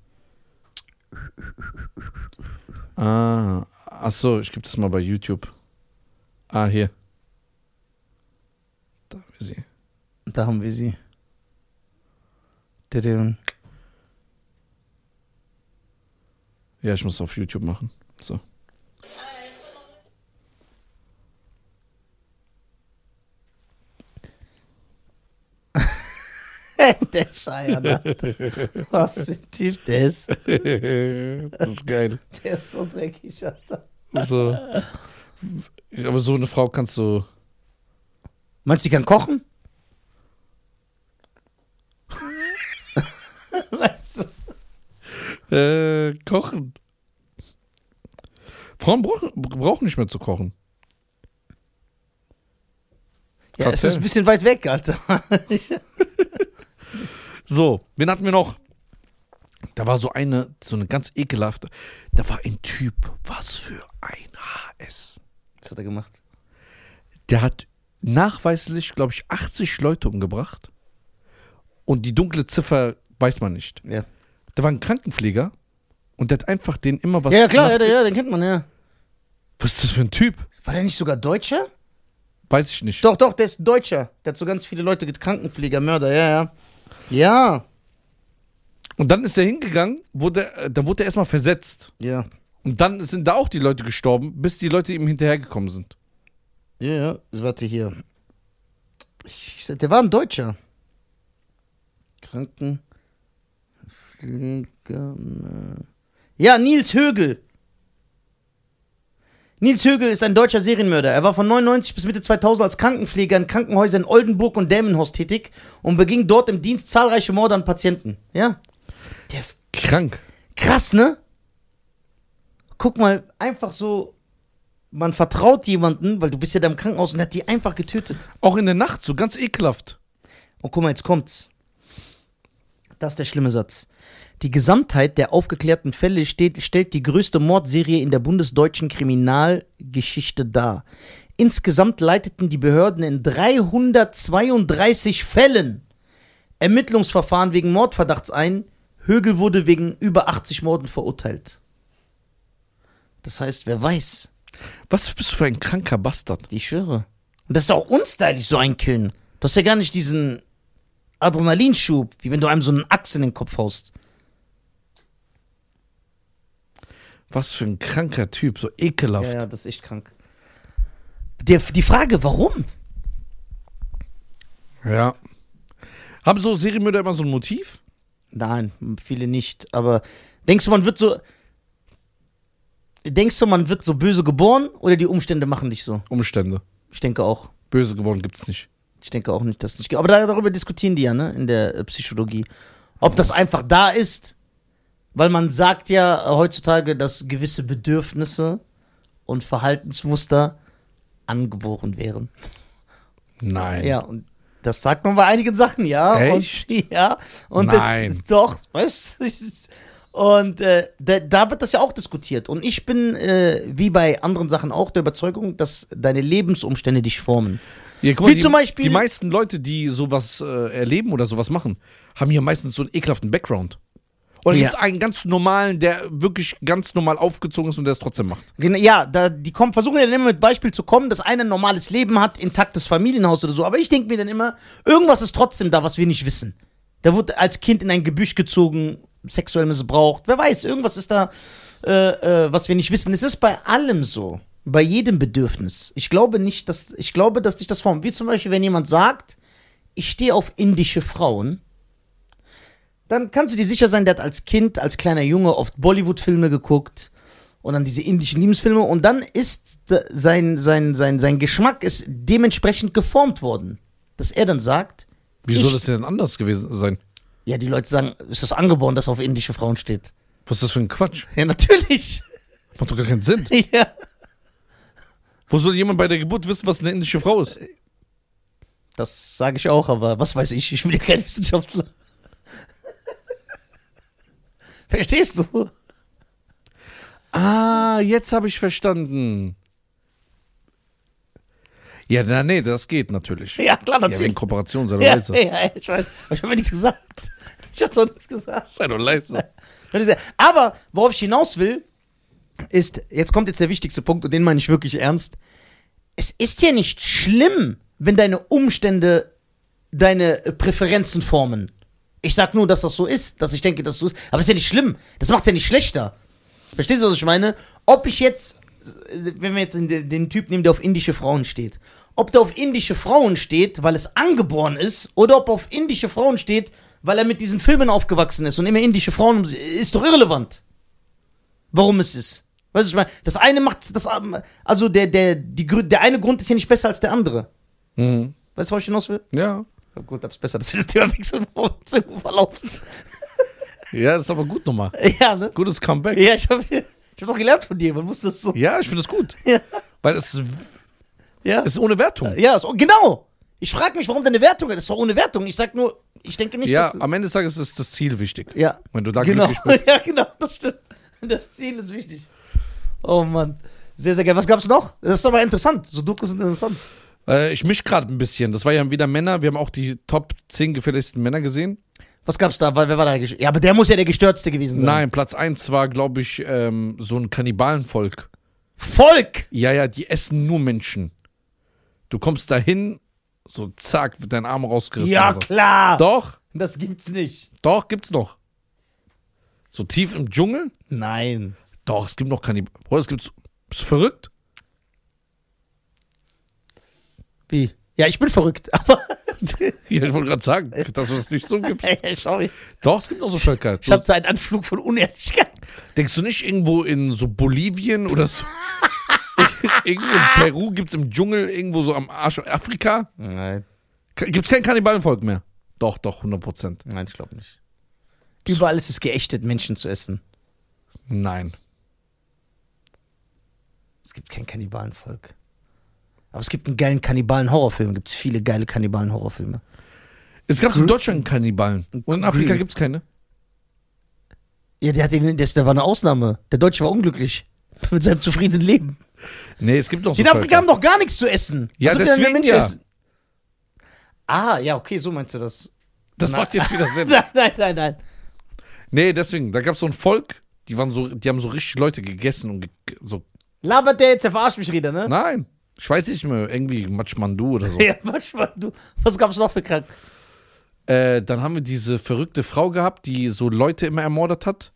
Speaker 1: Ah, achso, ich gebe das mal bei YouTube. Ah, hier. Da haben wir sie.
Speaker 2: Da haben wir sie. <laughs> Tadam.
Speaker 1: Ja, ich muss es auf YouTube machen. So. <laughs>
Speaker 2: der <laughs> Scheier, ne? Was für ein Typ der ist.
Speaker 1: das ist geil.
Speaker 2: Der ist so dreckig, Alter.
Speaker 1: So. Aber so eine Frau kannst du.
Speaker 2: Meinst du, die kann <laughs> kochen? Meinst du?
Speaker 1: Äh, kochen. Frauen brauchen, brauchen nicht mehr zu kochen.
Speaker 2: ja, es ist
Speaker 1: Kartell.
Speaker 2: ein bisschen weit weg, Alter.
Speaker 1: So, wen hatten wir noch? Da war so eine, so eine ganz ekelhafte. Da war ein Typ, was für ein HS.
Speaker 2: Was hat er gemacht?
Speaker 1: Der hat nachweislich, glaube ich, 80 Leute umgebracht. Und die dunkle Ziffer weiß man nicht.
Speaker 2: Ja.
Speaker 1: Da war ein Krankenpfleger und der hat einfach den immer was.
Speaker 2: ja, klar, ja,
Speaker 1: gemacht.
Speaker 2: ja, den kennt man, ja.
Speaker 1: Was ist das für ein Typ?
Speaker 2: War der nicht sogar Deutscher?
Speaker 1: Weiß ich nicht.
Speaker 2: Doch, doch, der ist Deutscher. Der hat so ganz viele Leute, get- Krankenpfleger, Mörder, ja, ja. Ja.
Speaker 1: Und dann ist er hingegangen, wurde, äh, dann wurde er erstmal versetzt.
Speaker 2: Ja.
Speaker 1: Und dann sind da auch die Leute gestorben, bis die Leute ihm hinterhergekommen sind.
Speaker 2: Ja, ja, so, warte hier. Ich, ich, sag, der war ein Deutscher. Krankenpfleger. Ja, Nils Högel. Nils Högel ist ein deutscher Serienmörder. Er war von 99 bis Mitte 2000 als Krankenpfleger in Krankenhäusern in Oldenburg und Dämenhorst tätig und beging dort im Dienst zahlreiche Morde an Patienten. Ja. Der ist
Speaker 1: Krank.
Speaker 2: krass, ne? Guck mal, einfach so, man vertraut jemanden, weil du bist ja da im Krankenhaus und hat die einfach getötet.
Speaker 1: Auch in der Nacht, so ganz ekelhaft.
Speaker 2: Und guck mal, jetzt kommt's. Das ist der schlimme Satz. Die Gesamtheit der aufgeklärten Fälle steht, stellt die größte Mordserie in der bundesdeutschen Kriminalgeschichte dar. Insgesamt leiteten die Behörden in 332 Fällen Ermittlungsverfahren wegen Mordverdachts ein. Högel wurde wegen über 80 Morden verurteilt. Das heißt, wer weiß.
Speaker 1: Was bist du für ein kranker Bastard?
Speaker 2: Ich schwöre. Und das ist auch unstylisch, so ein Killen. Du hast ja gar nicht diesen Adrenalinschub, wie wenn du einem so einen Axt in den Kopf haust.
Speaker 1: Was für ein kranker Typ, so ekelhaft.
Speaker 2: Ja, ja, das ist echt krank. Die, die Frage, warum?
Speaker 1: Ja. Haben so Serienmörder immer so ein Motiv?
Speaker 2: Nein, viele nicht. Aber denkst du, man wird so. Denkst du, man wird so böse geboren oder die Umstände machen dich so?
Speaker 1: Umstände.
Speaker 2: Ich denke auch.
Speaker 1: Böse geworden gibt's nicht.
Speaker 2: Ich denke auch nicht, dass es nicht gibt. Aber da- darüber diskutieren die ja, ne, in der äh, Psychologie. Ob das einfach da ist, weil man sagt ja äh, heutzutage, dass gewisse Bedürfnisse und Verhaltensmuster angeboren wären.
Speaker 1: Nein.
Speaker 2: Ja, und das sagt man bei einigen Sachen, ja. Und,
Speaker 1: Echt?
Speaker 2: <laughs> ja, und
Speaker 1: Nein.
Speaker 2: das doch, weißt du? <laughs> Und äh, da, da wird das ja auch diskutiert. Und ich bin, äh, wie bei anderen Sachen auch, der Überzeugung, dass deine Lebensumstände dich formen.
Speaker 1: Ja, guck
Speaker 2: Wie
Speaker 1: mal, die,
Speaker 2: zum Beispiel-
Speaker 1: die meisten Leute, die sowas äh, erleben oder sowas machen, haben ja meistens so einen ekelhaften Background. Oder
Speaker 2: Ja.
Speaker 1: gibt's einen ganz normalen, der wirklich ganz normal aufgezogen ist und der es trotzdem macht?
Speaker 2: Genau, ja, da, die kommen, versuchen ja dann immer mit Beispiel zu kommen, dass einer ein normales Leben hat, intaktes Familienhaus oder so. Aber ich denke mir dann immer, irgendwas ist trotzdem da, was wir nicht wissen. Da wurde als Kind in ein Gebüsch gezogen, sexuell missbraucht. Wer weiß, irgendwas ist da, äh, äh, was wir nicht wissen. Es ist bei allem so. Bei jedem Bedürfnis. Ich glaube nicht, dass, ich glaube, dass dich das formt. Wie zum Beispiel, wenn jemand sagt, ich stehe auf indische Frauen, dann kannst du dir sicher sein, der hat als Kind, als kleiner Junge oft Bollywood-Filme geguckt und dann diese indischen Liebesfilme und dann ist da- sein, sein, sein, sein Geschmack ist dementsprechend geformt worden. Dass er dann sagt,
Speaker 1: Wie soll
Speaker 2: ich-
Speaker 1: das denn anders gewesen sein?
Speaker 2: ja, die Leute sagen, ist das angeboren, dass auf indische Frauen steht? <laughs>
Speaker 1: Was ist das für ein Quatsch?
Speaker 2: Ja, natürlich. <laughs>
Speaker 1: Macht doch gar keinen Sinn.
Speaker 2: ja.
Speaker 1: Wo soll jemand bei der Geburt wissen, was eine indische Frau ist?
Speaker 2: Das sage ich auch, aber was weiß ich, ich bin ja kein Wissenschaftler. <laughs> Verstehst du?
Speaker 1: Ah, jetzt habe ich verstanden. Ja, na, nee, das geht natürlich.
Speaker 2: Ja, klar,
Speaker 1: Ja, wegen
Speaker 2: natürlich.
Speaker 1: Kooperation, sei doch
Speaker 2: Ja,
Speaker 1: leise.
Speaker 2: ja, ich weiß. Aber ich habe nichts gesagt. <laughs> Ich habe doch nichts gesagt.
Speaker 1: Sei doch
Speaker 2: <laughs>
Speaker 1: leise.
Speaker 2: Aber worauf ich hinaus will, ist, jetzt kommt jetzt der wichtigste Punkt und den meine ich wirklich ernst. Es ist ja nicht schlimm, wenn deine Umstände deine äh, Präferenzen formen. Ich sag nur, dass das so ist, dass ich denke, dass so ist. Aber es ist ja nicht schlimm. Das macht's ja nicht schlechter. Verstehst du, was ich meine? Ob ich jetzt, äh, wenn wir jetzt in den, den Typ nehmen, der auf indische Frauen steht, ob der auf indische Frauen steht, weil es angeboren ist, oder ob er auf indische Frauen steht, weil er mit diesen Filmen aufgewachsen ist und immer indische Frauen, um sie- ist doch irrelevant. Warum es ist. Weißt du, ich meine, das eine macht das, am- also der, der, die, Grü- der eine Grund ist ja nicht besser als der andere.
Speaker 1: Mhm.
Speaker 2: Weißt du, was ich hinaus will?
Speaker 1: Ja.
Speaker 2: Ja, Gut, hab's besser, dass wir das Thema wechseln, bevor wir zu <laughs> verlaufen.
Speaker 1: Ja, ist aber gut nochmal.
Speaker 2: Ja, ne?
Speaker 1: Gutes Comeback.
Speaker 2: Ja, ich hab, ich hab doch gelernt von dir, man muss das so.
Speaker 1: Ja, ich finde das gut.
Speaker 2: Ja.
Speaker 1: Weil es ist-
Speaker 2: Ja.
Speaker 1: es ist ohne Wertung.
Speaker 2: Ja, so, genau. Ich frage mich, warum deine Wertung ist. Das war ohne Wertung. Ich sag nur, ich denke nicht,
Speaker 1: Ja,
Speaker 2: dass.
Speaker 1: am Ende des Tages ist das Ziel wichtig.
Speaker 2: Ja.
Speaker 1: Wenn du da
Speaker 2: genau.
Speaker 1: glücklich <laughs> bist.
Speaker 2: <laughs> Ja, genau, das stimmt. Das Ziel ist wichtig. Oh Mann. Sehr, sehr geil. Was gab's noch? Das ist aber interessant. So Dokus sind interessant.
Speaker 1: Äh, ich misch gerade ein bisschen. Das war ja wieder Männer. Wir haben auch die Top 10 gefährlichsten Männer gesehen.
Speaker 2: Was gab's da? Weil- Wer war da? gesch- Ja, aber der muss ja der gestörtste gewesen sein.
Speaker 1: Nein, Platz 1 war, glaube ich, ähm, so ein Kannibalenvolk.
Speaker 2: Volk!
Speaker 1: Ja, ja, die essen nur Menschen. Du kommst dahin, so zack, wird dein Arm rausgerissen.
Speaker 2: Ja,
Speaker 1: und so.
Speaker 2: klar.
Speaker 1: Doch,
Speaker 2: Das gibt's nicht.
Speaker 1: doch, gibt's noch. So tief im Dschungel?
Speaker 2: Nein.
Speaker 1: Doch, es gibt noch Kannibalen. Oder es gibt. Bist du verrückt? <laughs>
Speaker 2: Wie? Ja, ich bin verrückt, <laughs> aber.
Speaker 1: Ja, ich wollte gerade sagen, dass es das nicht so
Speaker 2: <laughs>
Speaker 1: gibt.
Speaker 2: Ey, Sorry.
Speaker 1: Doch, es gibt noch so Völker.
Speaker 2: Ich hatte einen Anflug von Unehrlichkeit.
Speaker 1: Denkst du nicht irgendwo in so Bolivien oder so? <laughs> irgendwo in Peru gibt's im Dschungel, irgendwo so am Arsch Afrika?
Speaker 2: Nein,
Speaker 1: Ka- Gibt's kein Kannibalenvolk mehr? Doch, doch, 100%.
Speaker 2: nein, ich glaube nicht. Überall ist es geächtet, Menschen zu essen.
Speaker 1: Nein.
Speaker 2: Es gibt kein Kannibalenvolk. Aber es gibt einen geilen Kannibalen-Horrorfilm. Gibt es viele geile Kannibalen-Horrorfilme.
Speaker 1: Es gab in Deutschland Kannibalen. Und in Afrika gibt's keine.
Speaker 2: Ja, der, hat den, der, ist- der war eine Ausnahme. Der Deutsche war unglücklich. <laughs> Mit seinem zufriedenen Leben.
Speaker 1: Nee, es gibt noch
Speaker 2: Die
Speaker 1: so
Speaker 2: in Afrika haben
Speaker 1: Völker.
Speaker 2: doch gar nichts zu essen.
Speaker 1: Ja,
Speaker 2: Was soll denn
Speaker 1: deswegen
Speaker 2: der Mensch
Speaker 1: ja.
Speaker 2: essen? Ah, ja, okay, so meinst du das. <laughs>
Speaker 1: Das
Speaker 2: Na- <laughs>
Speaker 1: macht jetzt wieder Sinn.
Speaker 2: Nein, nein, nein, nein.
Speaker 1: Nee, deswegen, da gab's so ein Volk, Die, waren so, die haben so richtig Leute gegessen und ge so.
Speaker 2: Labert der jetzt, der verarscht mich wieder, ne?
Speaker 1: Nein, ich weiß nicht mehr, irgendwie Matschmandu oder so.
Speaker 2: <laughs> Ja, was, war- du, was gab's noch für krank?
Speaker 1: Äh, dann haben wir diese verrückte Frau gehabt, die so Leute immer ermordet hat.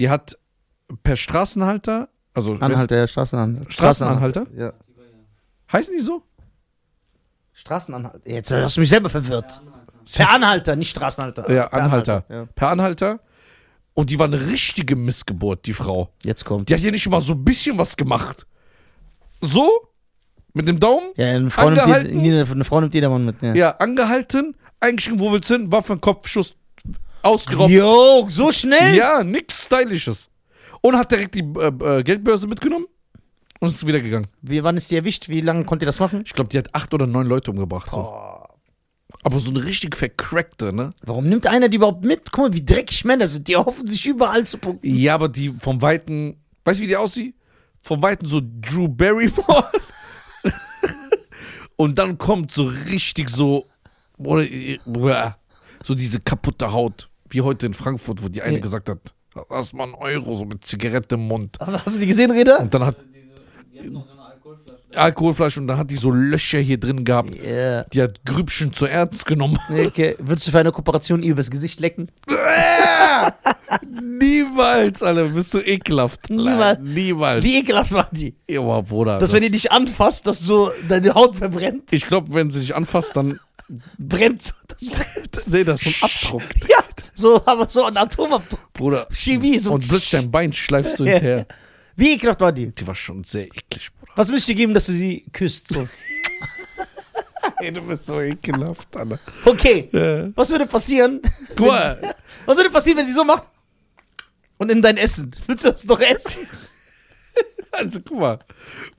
Speaker 1: Die hat per Straßenhalter, also
Speaker 2: Anhalter, ja, Straßenanhalter.
Speaker 1: Straßenanhalter?
Speaker 2: Ja.
Speaker 1: heißen die so?
Speaker 2: Straßenanhalter. Jetzt hast du mich selber verwirrt. Per Anhalter, nicht Straßenhalter.
Speaker 1: Ja, Anhalter.
Speaker 2: Ja.
Speaker 1: Per Anhalter. Und die war eine richtige Missgeburt, die Frau.
Speaker 2: Jetzt kommt.
Speaker 1: Die hat ja nicht mal so ein bisschen was gemacht. So? Mit dem Daumen?
Speaker 2: Ja, eine Frau, nimmt jeder,
Speaker 1: Angehalten?
Speaker 2: jeder- eine Frau nimmt jedermann mit. Ja.
Speaker 1: Ja, angehalten, eingeschrieben, wo willst du hin? Waffen, Kopfschuss, ausgeraubt.
Speaker 2: Jo, so schnell?
Speaker 1: Ja, nix Stylisches. Und hat direkt die äh, äh, Geldbörse mitgenommen und ist wieder gegangen.
Speaker 2: Wie, wann ist die erwischt? Wie lange konnte die das machen?
Speaker 1: Ich glaube, die hat acht oder neun Leute umgebracht. So. Aber so eine richtig vercrackte, ne?
Speaker 2: Warum nimmt einer die überhaupt mit? Guck mal, wie dreckig Männer sind. Die hoffen sich überall zu punkten.
Speaker 1: Ja, aber die vom Weiten, weißt du, wie die aussieht? Vom Weiten so Drew Barrymore. <laughs> und dann kommt so richtig so, oder, äh, bäh, so diese kaputte Haut, wie heute in Frankfurt, wo die eine
Speaker 2: Ja.
Speaker 1: gesagt hat, hast mal einen Euro, so mit Zigarette im Mund.
Speaker 2: Hast du die gesehen, Reda?
Speaker 1: Und dann hat
Speaker 4: Die hatten noch so eine Alkoholflasche.
Speaker 1: Alkoholfleisch und dann hat die so Löcher hier drin gehabt.
Speaker 2: Ja.
Speaker 1: Die hat Grübchen zu ernst genommen.
Speaker 2: Okay. Würdest du für eine Kooperation ihr übers Gesicht lecken?
Speaker 1: Äh! Niemals, Alter, bist du ekelhaft.
Speaker 2: Niemals.
Speaker 1: Niemals.
Speaker 2: Wie ekelhaft war die?
Speaker 1: Ja, boah, Bruder.
Speaker 2: Dass, wenn ihr dich anfasst, dass so deine Haut verbrennt,
Speaker 1: ich glaube, wenn sie dich anfasst, dann.
Speaker 2: brennt. <laughs> so. Das,
Speaker 1: nee, <laughs> das ist so ein Abdruck,
Speaker 2: ja, so, aber so ein Atomabdruck.
Speaker 1: Bruder.
Speaker 2: Chemie, so.
Speaker 1: Und bloß dein Bein schleifst du <laughs> hinterher.
Speaker 2: Wie ekelhaft war die?
Speaker 1: Die war schon sehr eklig, Bruder.
Speaker 2: Was müsst ihr geben, dass du sie küsst? So.
Speaker 1: Ey, du bist so ekelhaft, Alter.
Speaker 2: Okay.
Speaker 1: Ja.
Speaker 2: Was würde passieren?
Speaker 1: Guck mal,
Speaker 2: Was würde passieren, wenn sie so macht? Und in dein Essen. Willst du das noch essen?
Speaker 1: <laughs> also guck mal.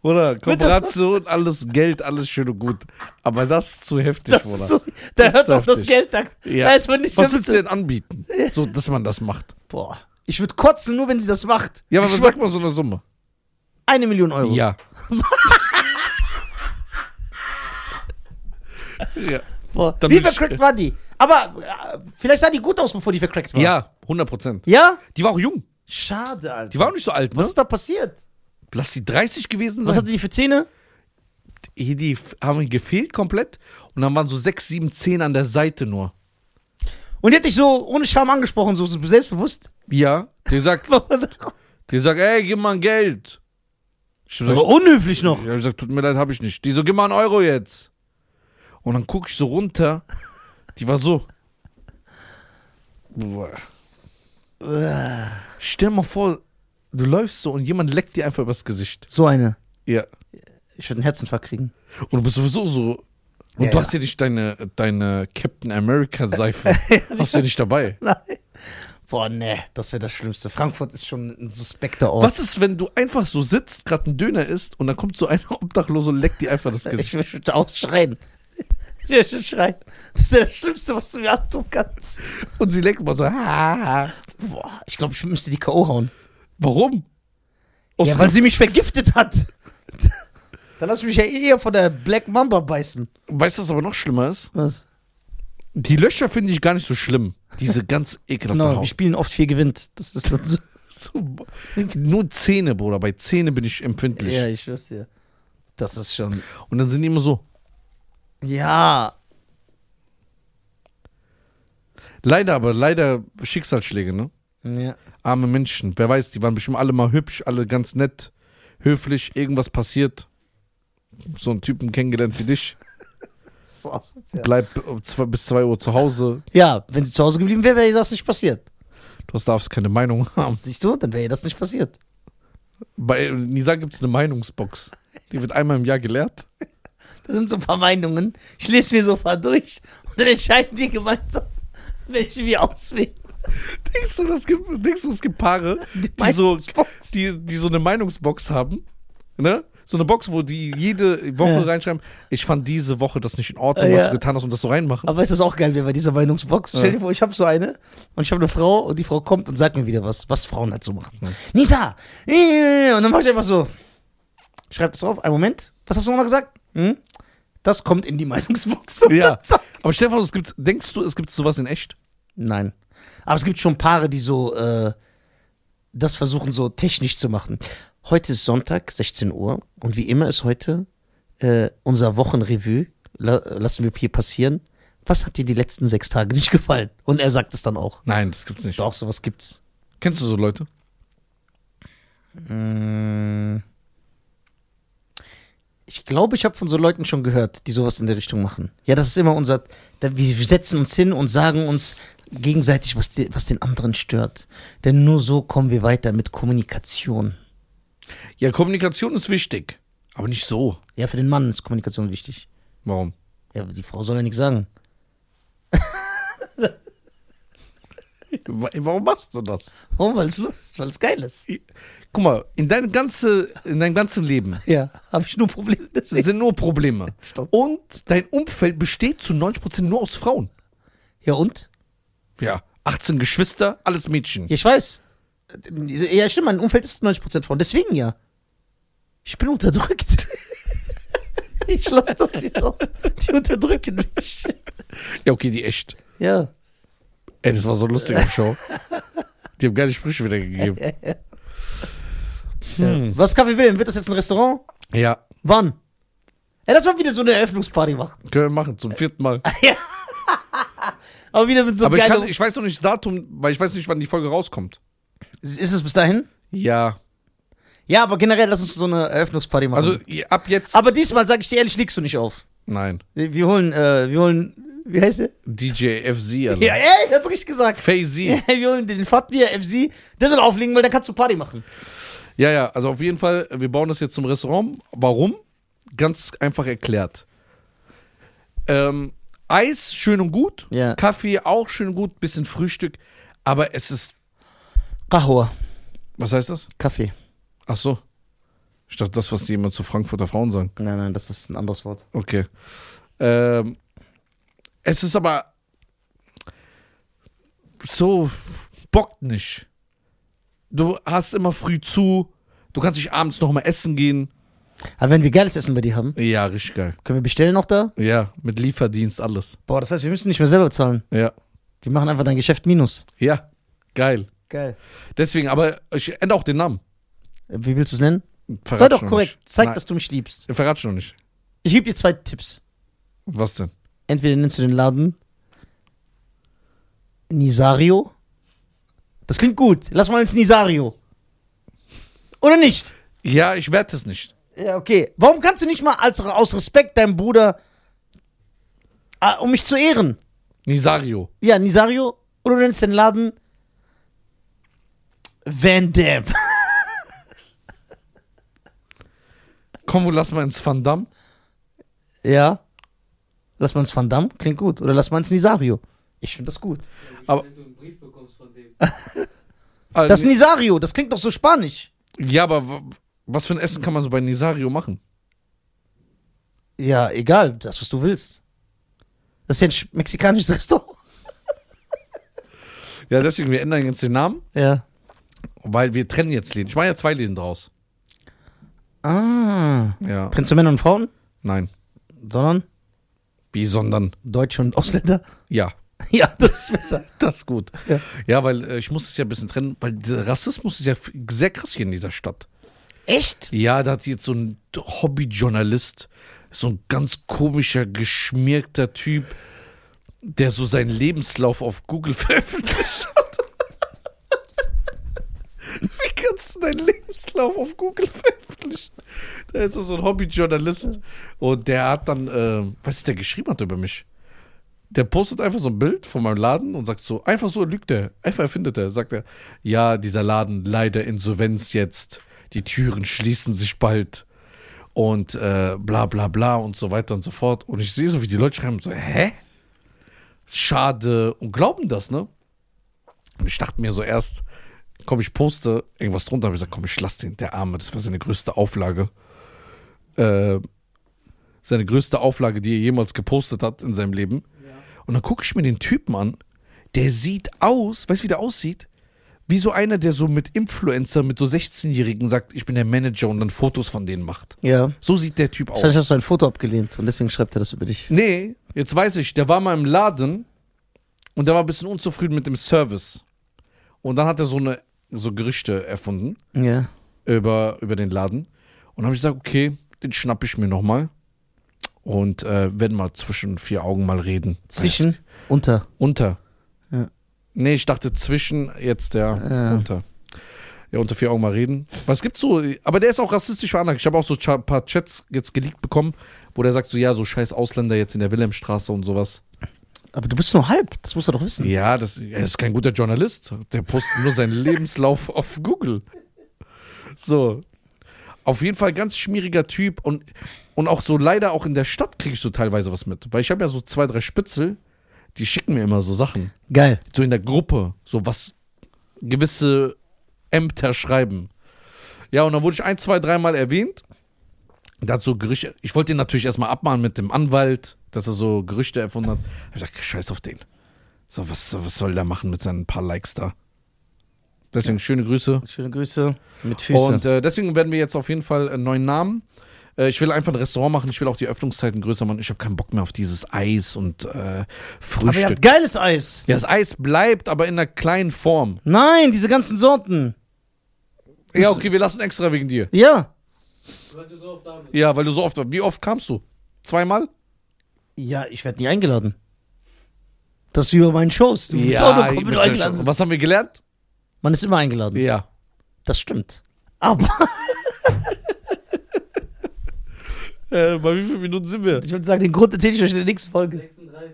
Speaker 1: Bruder, Kooperation, alles Geld, alles schön und gut. Aber das ist zu heftig,
Speaker 2: Das
Speaker 1: Bruder.
Speaker 2: ist so, da
Speaker 1: Das ist
Speaker 2: hört doch das
Speaker 1: heftig.
Speaker 2: Geld. Da,
Speaker 1: Ja.
Speaker 2: da ist man nicht mehr
Speaker 1: Was willst du
Speaker 2: mit.
Speaker 1: denn anbieten, so dass man das macht?
Speaker 2: Boah. Ich würde kotzen, nur wenn sie das macht.
Speaker 1: Ja, aber
Speaker 2: ich
Speaker 1: sag mal so eine Summe.
Speaker 2: eine Million Euro.
Speaker 1: Ja. ja.
Speaker 2: Boah.
Speaker 1: Dann
Speaker 2: Wie
Speaker 1: würd ich-
Speaker 2: vercrackt war die? Aber äh, vielleicht sah die gut aus, bevor die vercrackt war.
Speaker 1: ja, 100 Prozent.
Speaker 2: Ja?
Speaker 1: Die war auch jung.
Speaker 2: Schade, Alter.
Speaker 1: Die war auch nicht so alt, ne?
Speaker 2: Was ist da passiert?
Speaker 1: Lass die 30 gewesen
Speaker 2: Was
Speaker 1: sein.
Speaker 2: hatte die für Zähne?
Speaker 1: Die, die f- haben gefehlt komplett. Und dann waren so 6, 7, 10 an der Seite nur.
Speaker 2: Und die hat dich so ohne Scham angesprochen, so so selbstbewusst. <laughs>
Speaker 1: Ja. Die sagt, die sagt ey, gib mal ein Geld. Ich hab gesagt,
Speaker 2: Aber unhöflich noch.
Speaker 1: Ich hab gesagt, tut mir leid, hab ich nicht. Die so, gib mal einen Euro jetzt. Und dann guck ich so runter. Die war so. Boah. Stell mal vor, du läufst so und jemand leckt dir einfach übers Gesicht.
Speaker 2: So eine.
Speaker 1: Ja.
Speaker 2: Ich würde einen Herzinfarkt kriegen.
Speaker 1: Und du bist sowieso so. Und
Speaker 2: Ja,
Speaker 1: du
Speaker 2: ja.
Speaker 1: hast ja nicht deine, deine Captain America Seife. hast du ja nicht dabei.
Speaker 2: Nein. Boah, nee, das wäre das Schlimmste. Frankfurt ist schon ein suspekter Ort.
Speaker 1: Was ist, wenn du einfach so sitzt, gerade ein Döner isst und dann kommt so <laughs> ein Obdachloser und leckt dir einfach das
Speaker 2: Ich
Speaker 1: Gesicht?
Speaker 2: würde auch schreien. Ich würde schon schreien. Das ist ja das Schlimmste, was du mir antun kannst.
Speaker 1: Und sie leckt mal so. "Ah."
Speaker 2: Boah, ich glaube, ich müsste die K.O. hauen.
Speaker 1: Warum? Aus
Speaker 2: Ja, weil sie mich vergiftet <laughs> hat. Dann lass mich ja eher von der Black Mamba beißen.
Speaker 1: Weißt du, was aber noch schlimmer ist?
Speaker 2: Was?
Speaker 1: Die Löcher finde ich gar nicht so schlimm. Diese ganz ekelhafte
Speaker 2: Genau, wir
Speaker 1: Haut.
Speaker 2: spielen oft viel gewinnt. Das ist dann so.
Speaker 1: So, nur Zähne, Bruder. Bei Zähne bin ich empfindlich.
Speaker 2: ja, ich wüsste ja. Das ist schon.
Speaker 1: Und dann sind die immer so.
Speaker 2: Ja.
Speaker 1: Leider, aber leider Schicksalsschläge, ne?
Speaker 2: ja.
Speaker 1: Arme Menschen. Wer weiß, die waren bestimmt alle mal hübsch, alle ganz nett, höflich, irgendwas passiert. So einen Typen kennengelernt wie dich.
Speaker 2: So asozial.
Speaker 1: Bleib um zwei, bis 2 Uhr zu Hause.
Speaker 2: ja, wenn sie zu Hause geblieben wäre, wäre ihr das nicht passiert.
Speaker 1: Du hast- darfst keine Meinung <laughs> haben.
Speaker 2: Siehst du, dann wäre ihr das nicht passiert.
Speaker 1: Bei äh, Nisa gibt es eine Meinungsbox. Die wird einmal im Jahr gelehrt.
Speaker 2: Da sind so ein paar Meinungen. Ich lese mir so ein paar durch und dann entscheiden wir gemeinsam, welche wir auswählen.
Speaker 1: Denkst du, das gibt, denkst du, es gibt Paare, die so,
Speaker 2: Meinungsbox.
Speaker 1: die, die so eine Meinungsbox haben? Ne? So eine Box, wo die jede Woche
Speaker 2: Ja.
Speaker 1: reinschreiben, ich fand diese Woche das nicht in Ordnung,
Speaker 2: Äh,
Speaker 1: was
Speaker 2: ja.
Speaker 1: du getan hast und das so reinmachen.
Speaker 2: Aber weißt du, was auch geil wäre bei dieser Meinungsbox? Stell dir vor, ich habe so eine und ich habe eine Frau und die Frau kommt und sagt mir wieder was, was Frauen dazu machen. Nisa! äh, Und dann mach ich einfach so. Schreib das drauf. Einen Moment. Was hast du nochmal gesagt? Hm? Das kommt in die Meinungsbox.
Speaker 1: <laughs>
Speaker 2: <laughs>
Speaker 1: Ja. Aber Stefan, es gibt, denkst du, es gibt sowas in echt?
Speaker 2: Nein. Aber es gibt schon Paare, die so, äh, das versuchen, so technisch zu machen. Heute ist Sonntag, 16 Uhr. Und wie immer ist heute äh, unser Wochenrevue. La lassen wir hier passieren. Was hat dir die letzten sechs Tage nicht gefallen? Und er sagt es dann auch.
Speaker 1: Nein, das gibt's nicht.
Speaker 2: Doch, sowas gibt's.
Speaker 1: Kennst du so Leute?
Speaker 2: Ich glaube, ich habe von so Leuten schon gehört, die sowas in der Richtung machen. Ja, das ist immer unser. Da, wir setzen uns hin und sagen uns gegenseitig, was, die, was den anderen stört. Denn nur so kommen wir weiter mit Kommunikation.
Speaker 1: Ja, Kommunikation ist wichtig, aber nicht so.
Speaker 2: Ja, für den Mann ist Kommunikation wichtig.
Speaker 1: Warum?
Speaker 2: Ja, die Frau soll ja nichts sagen.
Speaker 1: Wa- Warum machst du das?
Speaker 2: Oh, weil es Lust, weil es geil ist.
Speaker 1: Guck mal, in deinem ganze, in deinem ganzen Leben
Speaker 2: Ja, habe ich nur Probleme deswegen.
Speaker 1: sind nur Probleme.
Speaker 2: Stimmt.
Speaker 1: Und dein Umfeld besteht zu 90% nur aus Frauen.
Speaker 2: Ja, und?
Speaker 1: Ja. 18 Geschwister, alles Mädchen.
Speaker 2: Ja, ich weiß. Ja, stimmt, mein Umfeld ist 90% Frauen. Deswegen ja. Ich bin unterdrückt. <laughs> Ich lasse das hier raus. Die unterdrücken mich.
Speaker 1: Ja, okay, die echt.
Speaker 2: Ja.
Speaker 1: Ey, das war so lustig auf Show. Die haben geile Sprüche wieder gegeben.
Speaker 2: Hm. Was Kaffee Wilhelm? Wird das jetzt ein Restaurant?
Speaker 1: Ja,
Speaker 2: Wann? Ja, lass mal wieder so eine Eröffnungsparty machen.
Speaker 1: können wir machen, zum vierten <laughs> Mal.
Speaker 2: Aber wieder mit so
Speaker 1: Aber ich, kann,
Speaker 2: geilen.
Speaker 1: ich weiß noch nicht das Datum, weil ich weiß nicht, wann die Folge rauskommt.
Speaker 2: Ist es bis dahin?
Speaker 1: Ja.
Speaker 2: Ja, aber generell lass uns so eine Eröffnungsparty machen.
Speaker 1: Also ab jetzt.
Speaker 2: aber diesmal sage ich dir ehrlich, liegst du nicht auf.
Speaker 1: Nein.
Speaker 2: Wir holen, äh, wir holen, wie heißt der?
Speaker 1: DJ FZ.
Speaker 2: Ja,
Speaker 1: Alter.
Speaker 2: ey, hat's richtig gesagt. <laughs>
Speaker 1: Fazy.
Speaker 2: wir holen den Fatmir FC, der soll auflegen, weil dann kannst du Party machen.
Speaker 1: Ja, ja, also auf jeden Fall, wir bauen das jetzt zum Restaurant. Warum? Ganz einfach erklärt. Ähm, Eis, schön und gut.
Speaker 2: Ja.
Speaker 1: Kaffee auch schön und gut. Bisschen Frühstück. Aber es ist.
Speaker 2: Kahua,
Speaker 1: Was heißt das?
Speaker 2: Kaffee.
Speaker 1: Ach so. Ich dachte, das, was die immer zu Frankfurter Frauen sagen.
Speaker 2: Nein, nein, das ist ein anderes Wort.
Speaker 1: Okay. Ähm, es ist aber so bockt nicht. Du hast immer früh zu. Du kannst nicht abends noch mal essen gehen.
Speaker 2: Aber wenn wir geiles Essen bei dir haben,
Speaker 1: Ja, richtig geil.
Speaker 2: können wir bestellen auch da?
Speaker 1: Ja, mit Lieferdienst alles.
Speaker 2: Boah, das heißt, wir müssen nicht mehr selber bezahlen.
Speaker 1: Ja,
Speaker 2: Wir machen einfach dein Geschäft minus.
Speaker 1: ja, geil.
Speaker 2: Geil.
Speaker 1: Deswegen, aber ich ändere auch den Namen.
Speaker 2: Wie willst du es nennen?
Speaker 1: Verrat
Speaker 2: Sei
Speaker 1: ich
Speaker 2: doch
Speaker 1: noch
Speaker 2: korrekt.
Speaker 1: Nicht.
Speaker 2: Zeig,
Speaker 1: Nein,
Speaker 2: dass du mich liebst.
Speaker 1: das. Verrat schon nicht.
Speaker 2: Ich gebe dir zwei Tipps.
Speaker 1: Was denn?
Speaker 2: Entweder nennst du den Laden Nisario. Das klingt gut. Lass mal ins Nisario. Oder nicht?
Speaker 1: Ja, ich werde es nicht.
Speaker 2: Ja, okay. Warum kannst du nicht mal als, aus Respekt deinem Bruder, ah, um mich zu ehren?
Speaker 1: Nisario.
Speaker 2: Ja, Nisario oder du nennst den Laden Van Damme. <laughs>
Speaker 1: Komm, wo lass mal ins Van Damme?
Speaker 2: Ja. Lass mal ins Van Damme, klingt gut. Oder lass mal ins Nisario. Ich finde das gut.
Speaker 1: Aber-
Speaker 4: Wenn du einen Brief bekommst von dem.
Speaker 1: Äh,
Speaker 2: Das Nisario, das klingt doch so spanisch.
Speaker 1: ja, aber w- was für ein Essen kann man so bei Nisario machen?
Speaker 2: Ja, egal, das, was du willst. Das ist ja ein sch- mexikanisches <laughs> Restaurant.
Speaker 1: Ja, deswegen, wir ändern jetzt den Namen,
Speaker 2: Ja.
Speaker 1: weil wir trennen jetzt Läden. Ich mache ja zwei Läden draus.
Speaker 2: Ah.
Speaker 1: Ja.
Speaker 2: Trennst du Männer und Frauen?
Speaker 1: Nein.
Speaker 2: Sondern
Speaker 1: Wie, sondern?
Speaker 2: Deutsche und Ausländer? <laughs>
Speaker 1: Ja.
Speaker 2: Ja, das ist besser.
Speaker 1: Das ist gut.
Speaker 2: Ja.
Speaker 1: Ja, weil äh, ich muss es ja ein bisschen trennen, weil der Rassismus ist ja f- sehr krass hier in dieser Stadt.
Speaker 2: Echt?
Speaker 1: Ja, da hat jetzt so ein Hobbyjournalist, so ein ganz komischer, geschmirkter Typ, der so seinen Lebenslauf auf Google <laughs> veröffentlicht hat. <laughs> Wie kannst du deinen Lebenslauf auf Google veröffentlichen? Da ist so ein Hobbyjournalist und der hat dann, ähm, was ist der geschrieben hat über mich? Der postet einfach so ein Bild von meinem Laden und sagt so, einfach so lügt er, einfach erfindet er, sagt er, ja, dieser Laden leider Insolvenz jetzt, die Türen schließen sich bald und äh, bla bla bla und so weiter und so fort. Und ich sehe so, wie die Leute schreiben so, hä? Schade und glauben das, ne? Und ich dachte mir so erst, komm, ich poste irgendwas drunter, habe ich gesagt, komm, ich lass den, der Arme, das war seine größte Auflage. Äh, seine größte Auflage, die er jemals gepostet hat in seinem Leben. Und dann gucke ich mir den Typen an, der sieht aus, weißt du, wie der aussieht? Wie so einer, der so mit Influencer, mit so 16-Jährigen sagt, ich bin der Manager und dann Fotos von denen macht.
Speaker 2: Ja.
Speaker 1: So sieht der Typ
Speaker 2: Wahrscheinlich
Speaker 1: aus.
Speaker 2: hast du ein Foto abgelehnt und deswegen schreibt er das über dich.
Speaker 1: Nee, jetzt weiß ich, der war mal im Laden und der war ein bisschen unzufrieden mit dem Service. Und dann hat er so eine so Gerichte erfunden
Speaker 2: Ja.
Speaker 1: über, über den Laden. Und habe ich gesagt, okay, den schnapp ich mir nochmal. Und äh, werden mal zwischen vier Augen mal reden.
Speaker 2: Zwischen, unter.
Speaker 1: Unter.
Speaker 2: Ja.
Speaker 1: Nee, ich dachte zwischen jetzt der
Speaker 2: Ja.
Speaker 1: unter. Ja, unter vier Augen mal reden. Was gibt's so? Aber der ist auch rassistisch veranlagt. Ich habe auch so cha- paar Chats jetzt geleakt bekommen, wo der sagt so, ja, so scheiß Ausländer jetzt in der Wilhelmstraße und sowas.
Speaker 2: Aber du bist nur halb, das musst du doch wissen.
Speaker 1: Ja, das, er ist kein guter Journalist. Der postet nur seinen Lebenslauf auf Google. So. Auf jeden Fall ganz schmieriger Typ und, und auch so leider auch in der Stadt kriegst du teilweise was mit. Weil ich habe ja so zwei, drei Spitzel, die schicken mir immer so Sachen.
Speaker 2: Geil.
Speaker 1: So in der Gruppe, so was gewisse Ämter schreiben. Ja, und dann wurde ich ein, zwei, dreimal erwähnt. Da hat so Gerüchte. Ich wollte ihn natürlich erstmal abmahnen mit dem Anwalt, dass er so Gerüchte erfunden hat. Hab Ich dachte, scheiß auf den. So, was, was soll der machen mit seinen paar Likes da? Deswegen schöne Grüße.
Speaker 2: Schöne Grüße. Mit Füßen.
Speaker 1: Und äh, deswegen werden wir jetzt auf jeden Fall einen neuen Namen. Äh, ich will einfach ein Restaurant machen. Ich will auch die Öffnungszeiten größer machen. Ich habe keinen Bock mehr auf dieses Eis und äh,
Speaker 2: Aber ihr
Speaker 1: Frühstück.
Speaker 2: habt geiles Eis.
Speaker 1: Ja, das Eis bleibt aber in einer kleinen Form.
Speaker 2: Nein, diese ganzen Sorten.
Speaker 1: Ja, okay, wir lassen extra wegen dir.
Speaker 2: Ja.
Speaker 1: Ja, weil du so oft Wie oft kamst du? Zweimal?
Speaker 2: Ja, ich werde nie eingeladen. Das ist wie bei meinen Shows. Du bist auch nur
Speaker 1: ja,
Speaker 2: komplett
Speaker 1: bitte schon.
Speaker 2: eingeladen.
Speaker 1: was haben wir gelernt?
Speaker 2: Man ist immer eingeladen.
Speaker 1: Ja.
Speaker 2: Das stimmt. Aber <laughs>
Speaker 1: Äh, bei wie vielen Minuten sind wir?
Speaker 2: ich würde sagen, den Grund erzähle ich euch in der nächsten Folge.
Speaker 4: 36.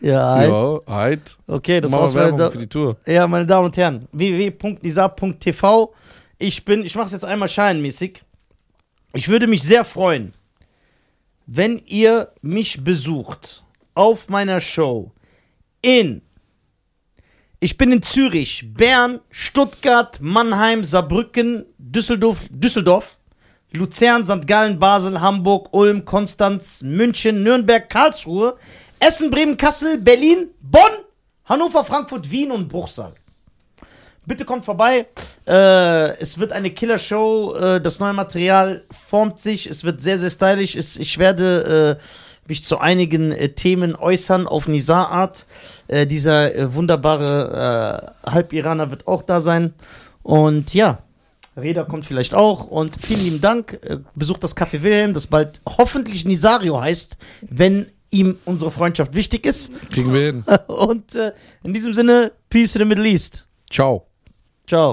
Speaker 2: Ja, halt.
Speaker 1: Ja, halt.
Speaker 2: okay, das
Speaker 1: Machen
Speaker 2: war's.
Speaker 1: wir
Speaker 2: Meine
Speaker 1: Werbung
Speaker 2: da
Speaker 1: für die Tour.
Speaker 2: ja, meine Damen und Herren, www.nisa.tv. Ich bin, ich mache es jetzt einmal scheinmäßig. Ich würde mich sehr freuen, wenn ihr mich besucht auf meiner Show in. Ich bin in Zürich, Bern, Stuttgart, Mannheim, Saarbrücken, Düsseldorf, Düsseldorf, Luzern, St. Gallen, Basel, Hamburg, Ulm, Konstanz, München, Nürnberg, Karlsruhe, Essen, Bremen, Kassel, Berlin, Bonn, Hannover, Frankfurt, Wien und Bruchsal. Bitte kommt vorbei. Äh, es wird eine Killer-Show. Äh, das neue Material formt sich. Es wird sehr, sehr stylisch. Es, ich werde äh, mich zu einigen äh, Themen äußern auf Nizar-Art. Äh, dieser äh, wunderbare äh, Halb-Iraner wird auch da sein. Und ja, Reda kommt vielleicht auch. Und vielen lieben Dank. Äh, besucht das Café Wilhelm, das bald hoffentlich Nisario heißt, wenn ihm unsere Freundschaft wichtig ist. <laughs>
Speaker 1: Kriegen wir hin.
Speaker 2: Und äh, in diesem Sinne, Peace in the Middle East.
Speaker 1: Ciao.
Speaker 2: Ciao.